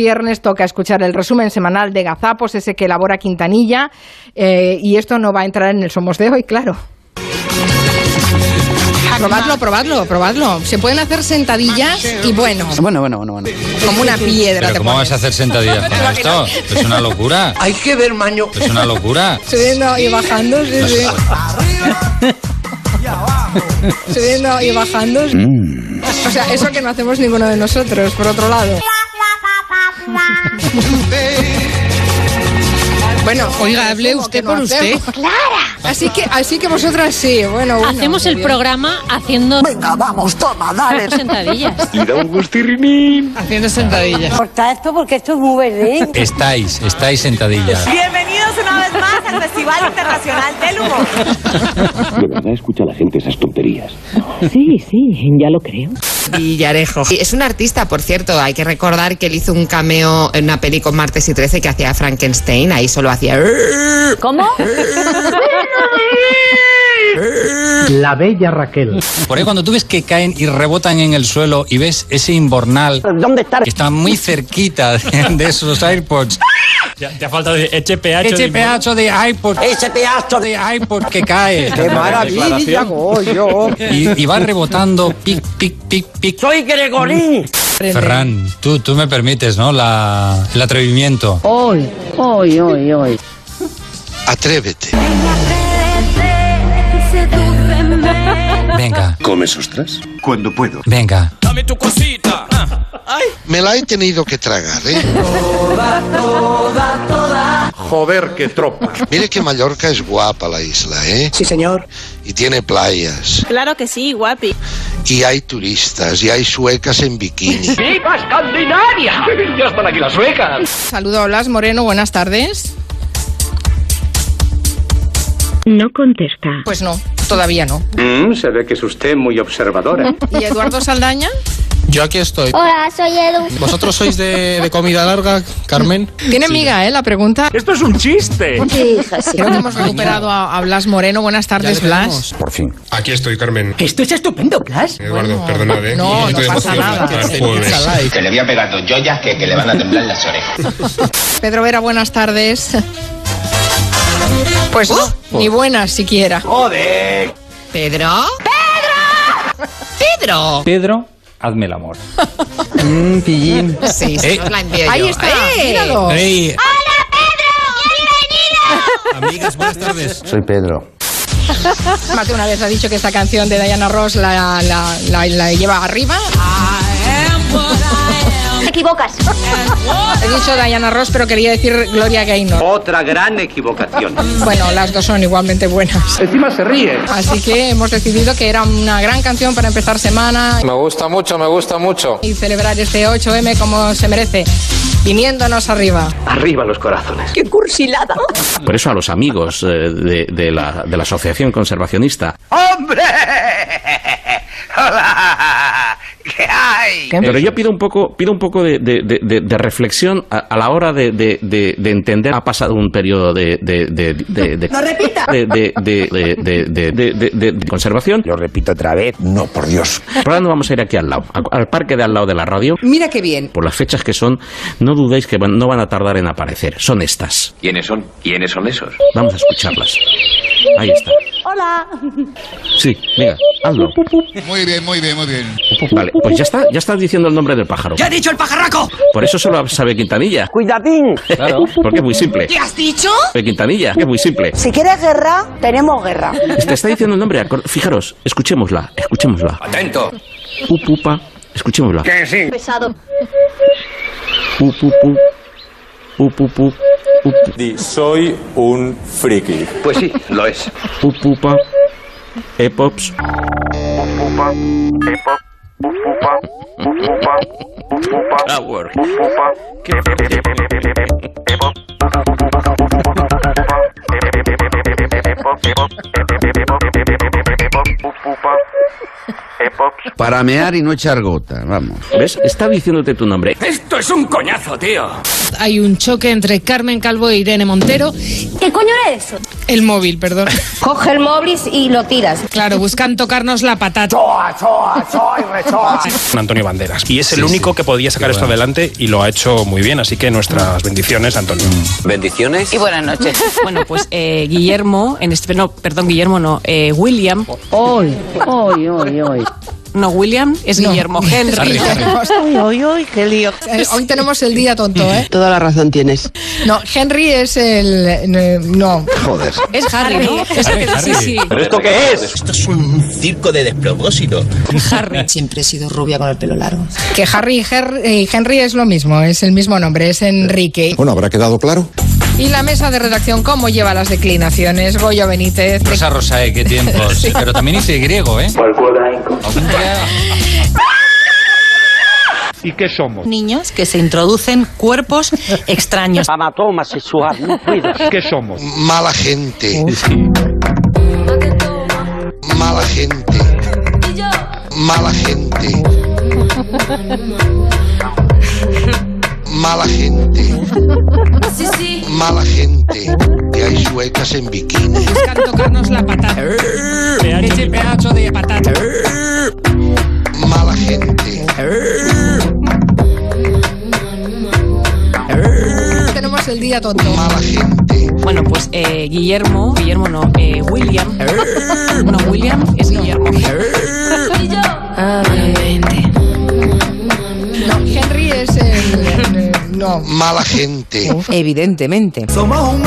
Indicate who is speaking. Speaker 1: viernes toca escuchar el resumen semanal de Gazapos, ese que elabora Quintanilla, eh, y esto no va a entrar en el Somos de hoy, claro.
Speaker 2: Probadlo, probadlo, probadlo. Se pueden hacer sentadillas y bueno,
Speaker 3: Bueno, bueno, bueno, bueno.
Speaker 2: como una piedra te
Speaker 4: ¿Pero cómo
Speaker 2: pones.
Speaker 4: vas a hacer sentadillas con esto? Es una locura.
Speaker 5: Hay que ver, Maño.
Speaker 4: Es una locura.
Speaker 1: Subiendo y bajando, sí, sí. Subiendo y bajando. O sea, eso que no hacemos ninguno de nosotros, por otro lado. Bueno,
Speaker 2: Oiga, hable
Speaker 1: asumo que
Speaker 2: usted
Speaker 1: no
Speaker 2: por usted.
Speaker 1: hacemos. Así que, así que vosotras sí, bueno. bueno,
Speaker 6: Hacemos
Speaker 1: muy
Speaker 6: el
Speaker 1: bien.
Speaker 6: programa haciendo
Speaker 5: Venga, vamos, toma, dale.
Speaker 6: sentadillas.
Speaker 2: Haciendo sentadillas.
Speaker 7: Corta esto porque esto es muy verde.
Speaker 4: Estáis, estáis sentadillas.
Speaker 8: Bienvenidos una vez más al Festival Internacional del Humor.
Speaker 9: De verdad escucha a la gente esas tonterías.
Speaker 7: Sí, sí, ya lo creo.
Speaker 10: Villarejo. Y Es un artista, por cierto. Hay que recordar que él hizo un cameo en una peli con Martes y 13 que hacía Frankenstein. Ahí solo hacía.
Speaker 7: ¿Cómo?
Speaker 5: La bella Raquel.
Speaker 4: Por ahí cuando tú ves que caen y rebotan en el suelo y ves ese inbornal
Speaker 7: ¿Dónde está?
Speaker 4: que está muy cerquita de, de esos AirPods.
Speaker 9: Ya, ha faltado eche peacho.
Speaker 4: Ese pedazo de iPod,
Speaker 5: Ese pedazo
Speaker 4: de iPod que cae.
Speaker 3: ¡Qué maravilla, Goyo!
Speaker 4: Y, y va rebotando, pic, pic, pic, pic.
Speaker 5: ¡Soy Gregorín!
Speaker 4: Ferran, tú, tú me permites, ¿no? La, el atrevimiento.
Speaker 7: Hoy, hoy, hoy, hoy.
Speaker 9: Atrévete.
Speaker 4: Venga,
Speaker 9: ¿Comes ostras? Cuando puedo.
Speaker 4: venga.
Speaker 9: Me la he tenido que tragar, ¿eh? Toda, toda, toda. Joder, qué tropa. Mire que Mallorca es guapa la isla, ¿eh?
Speaker 5: Sí, señor.
Speaker 9: Y tiene playas.
Speaker 8: Claro que sí, guapi.
Speaker 9: Y hay turistas, y hay suecas en bikini.
Speaker 1: Saludo a Blas Moreno, buenas tardes.
Speaker 7: No contesta.
Speaker 1: Pues no, todavía no.
Speaker 9: Mm, se ve que es usted muy observadora.
Speaker 1: ¿Y Eduardo Saldaña?
Speaker 5: Yo aquí estoy.
Speaker 7: Hola, soy Edu.
Speaker 5: ¿Vosotros sois de, de comida larga, Carmen?
Speaker 1: Tiene miga, ¿eh? La pregunta.
Speaker 9: ¡Esto es un chiste!
Speaker 7: Sí, hija, sí.
Speaker 1: Creo que hemos recuperado a, a Blas Moreno. Buenas tardes, Blas.
Speaker 3: Por fin.
Speaker 9: Aquí estoy, Carmen.
Speaker 5: Esto es estupendo, Blas.
Speaker 9: Eduardo,
Speaker 1: Bueno,
Speaker 9: perdonad, ¿eh?
Speaker 1: no,
Speaker 9: Un poquito
Speaker 1: no
Speaker 9: de
Speaker 1: pasa
Speaker 9: emoción
Speaker 1: nada.
Speaker 9: al jueves.
Speaker 5: Like.
Speaker 9: Que le voy a pegar dos joyas que, le van a temblar las orejas.
Speaker 1: Pedro Vera, buenas tardes. Pues no, ni buenas siquiera.
Speaker 10: ¿Pedro? ¡Pedro! ¡Pedro!
Speaker 4: Pedro, hazme el amor.
Speaker 3: Mmm, pillín.
Speaker 10: Sí, sí,
Speaker 4: Eh.
Speaker 10: os la envío
Speaker 1: Ahí
Speaker 10: yo.
Speaker 1: está,
Speaker 10: Eh.
Speaker 1: míralo.
Speaker 4: Amigas, buenas tardes.
Speaker 3: Soy Pedro.
Speaker 1: Más de una vez ha dicho que esta canción de Diana Ross la, la- la- la lleva arriba.
Speaker 7: Te equivocas.
Speaker 1: He dicho Diana Ross, pero quería decir Gloria Gaynor.
Speaker 9: Otra gran equivocación.
Speaker 1: Bueno, las dos son igualmente buenas.
Speaker 9: Encima se ríe.
Speaker 1: Así que hemos decidido que era una gran canción para empezar semana
Speaker 5: Me gusta mucho, me gusta mucho.
Speaker 1: y celebrar este 8M como se merece, viniéndonos arriba.
Speaker 9: Arriba los corazones.
Speaker 7: ¡Qué cursilada!
Speaker 9: Por eso a los amigos eh, de, de la, de la Asociación Conservacionista.
Speaker 5: ¡Hombre! ¡Hola! ¿Qué hay?
Speaker 9: Pero yo pido un poco, pido un poco de, de- de- de- de reflexión a, a la hora de, de- de- de entender. Ha pasado un periodo de. de, de, de, de- de- de- de- de- de- de- de- de- de- de conservación.
Speaker 3: Lo repito otra vez. No, por Dios.
Speaker 9: Por ahora no vamos a ir aquí al lado, a- al parque de al lado de la radio.
Speaker 2: Mira qué bien.
Speaker 9: Por las fechas que son, no dudéis que van- no van a tardar en aparecer. Son estas.
Speaker 5: ¿Quiénes son? ¿Quiénes son esos?
Speaker 9: Vamos a escucharlas. Ahí está.
Speaker 7: Hola.
Speaker 9: Sí, venga, hazlo.
Speaker 4: Muy bien, muy bien, muy bien.
Speaker 9: Vale, pues ya está, ya estás diciendo el nombre del pájaro.
Speaker 5: ¡Ya he dicho el pajarraco!
Speaker 9: Por eso solo sabe Quintanilla.
Speaker 5: ¡Cuidadín!
Speaker 9: Claro. Porque es muy simple.
Speaker 2: ¿Qué has dicho?
Speaker 9: Sabe Quintanilla, es muy simple.
Speaker 7: Si quieres guerra, tenemos guerra.
Speaker 9: Te está diciendo el nombre, acor- fijaros, escuchémosla, escuchémosla.
Speaker 5: ¡Atento!
Speaker 9: Pupupa, escuchémosla.
Speaker 7: Pesado.
Speaker 9: Pupupu. Pupupu.
Speaker 4: soy un friki.
Speaker 5: Pues sí, lo es.
Speaker 9: Pupupa. Epops. Flower.
Speaker 3: Para mear y no echar gota, vamos.
Speaker 9: ¿Ves? Está diciéndote tu nombre.
Speaker 5: ¡Esto es un coñazo, tío!
Speaker 11: hay un choque entre Carmen Calvo e Irene Montero.
Speaker 12: ¿Qué coño era eso?
Speaker 11: El móvil, perdón.
Speaker 12: Coge el móvil y lo tiras.
Speaker 11: Claro, buscan tocarnos la patata.
Speaker 4: Antonio Banderas. Y es el único que podía sacar esto adelante y lo ha hecho muy bien. Así que nuestras bendiciones, Antonio.
Speaker 10: Bendiciones.
Speaker 13: Y buenas noches. Bueno, pues eh, Guillermo, en este, no, perdón, Guillermo no, eh, William. Hoy, hoy, hoy, hoy. No, William es Guillermo Henry.
Speaker 1: Ay, ay, ay, qué lío. Eh, Hoy tenemos el día tonto, ¿eh?
Speaker 10: Toda la razón tienes.
Speaker 1: No, Henry es el. eh, No.
Speaker 10: Joder.
Speaker 11: Es Harry, ¿no? Es
Speaker 10: Harry,
Speaker 11: sí, sí.
Speaker 10: ¿Pero esto qué es? Esto es un circo de despropósito.
Speaker 11: Harry.
Speaker 14: Siempre he sido rubia con el pelo largo.
Speaker 1: Que Harry y Her- y Henry es lo mismo, es el mismo nombre, es Enrique.
Speaker 15: Bueno, ¿habrá quedado claro?
Speaker 1: ¿Y la mesa de redacción cómo lleva las declinaciones? Goyo Benítez.
Speaker 16: Rosa Rosae, qué tiempos.
Speaker 1: Sí.
Speaker 16: Pero también hice griego, ¿eh? Algún día-
Speaker 5: ¿Y qué somos?
Speaker 13: Niños que se introducen cuerpos extraños.
Speaker 5: Anatoma sexual, no ¿Qué somos?
Speaker 9: Mala gente. Mala gente. Mala gente. Mala gente. Mala gente. Que hay suecas en bikini.
Speaker 11: Buscan tocarnos la patata. Ese pedazo de patata.
Speaker 9: Mala gente.
Speaker 1: Tenemos el día tonto.
Speaker 13: Bueno, pues eh, Guillermo, Guillermo no, eh, William. No, William es Guillermo.
Speaker 1: No, Henry es el. eh, No.
Speaker 9: Mala gente.
Speaker 10: Evidentemente.
Speaker 9: Somos un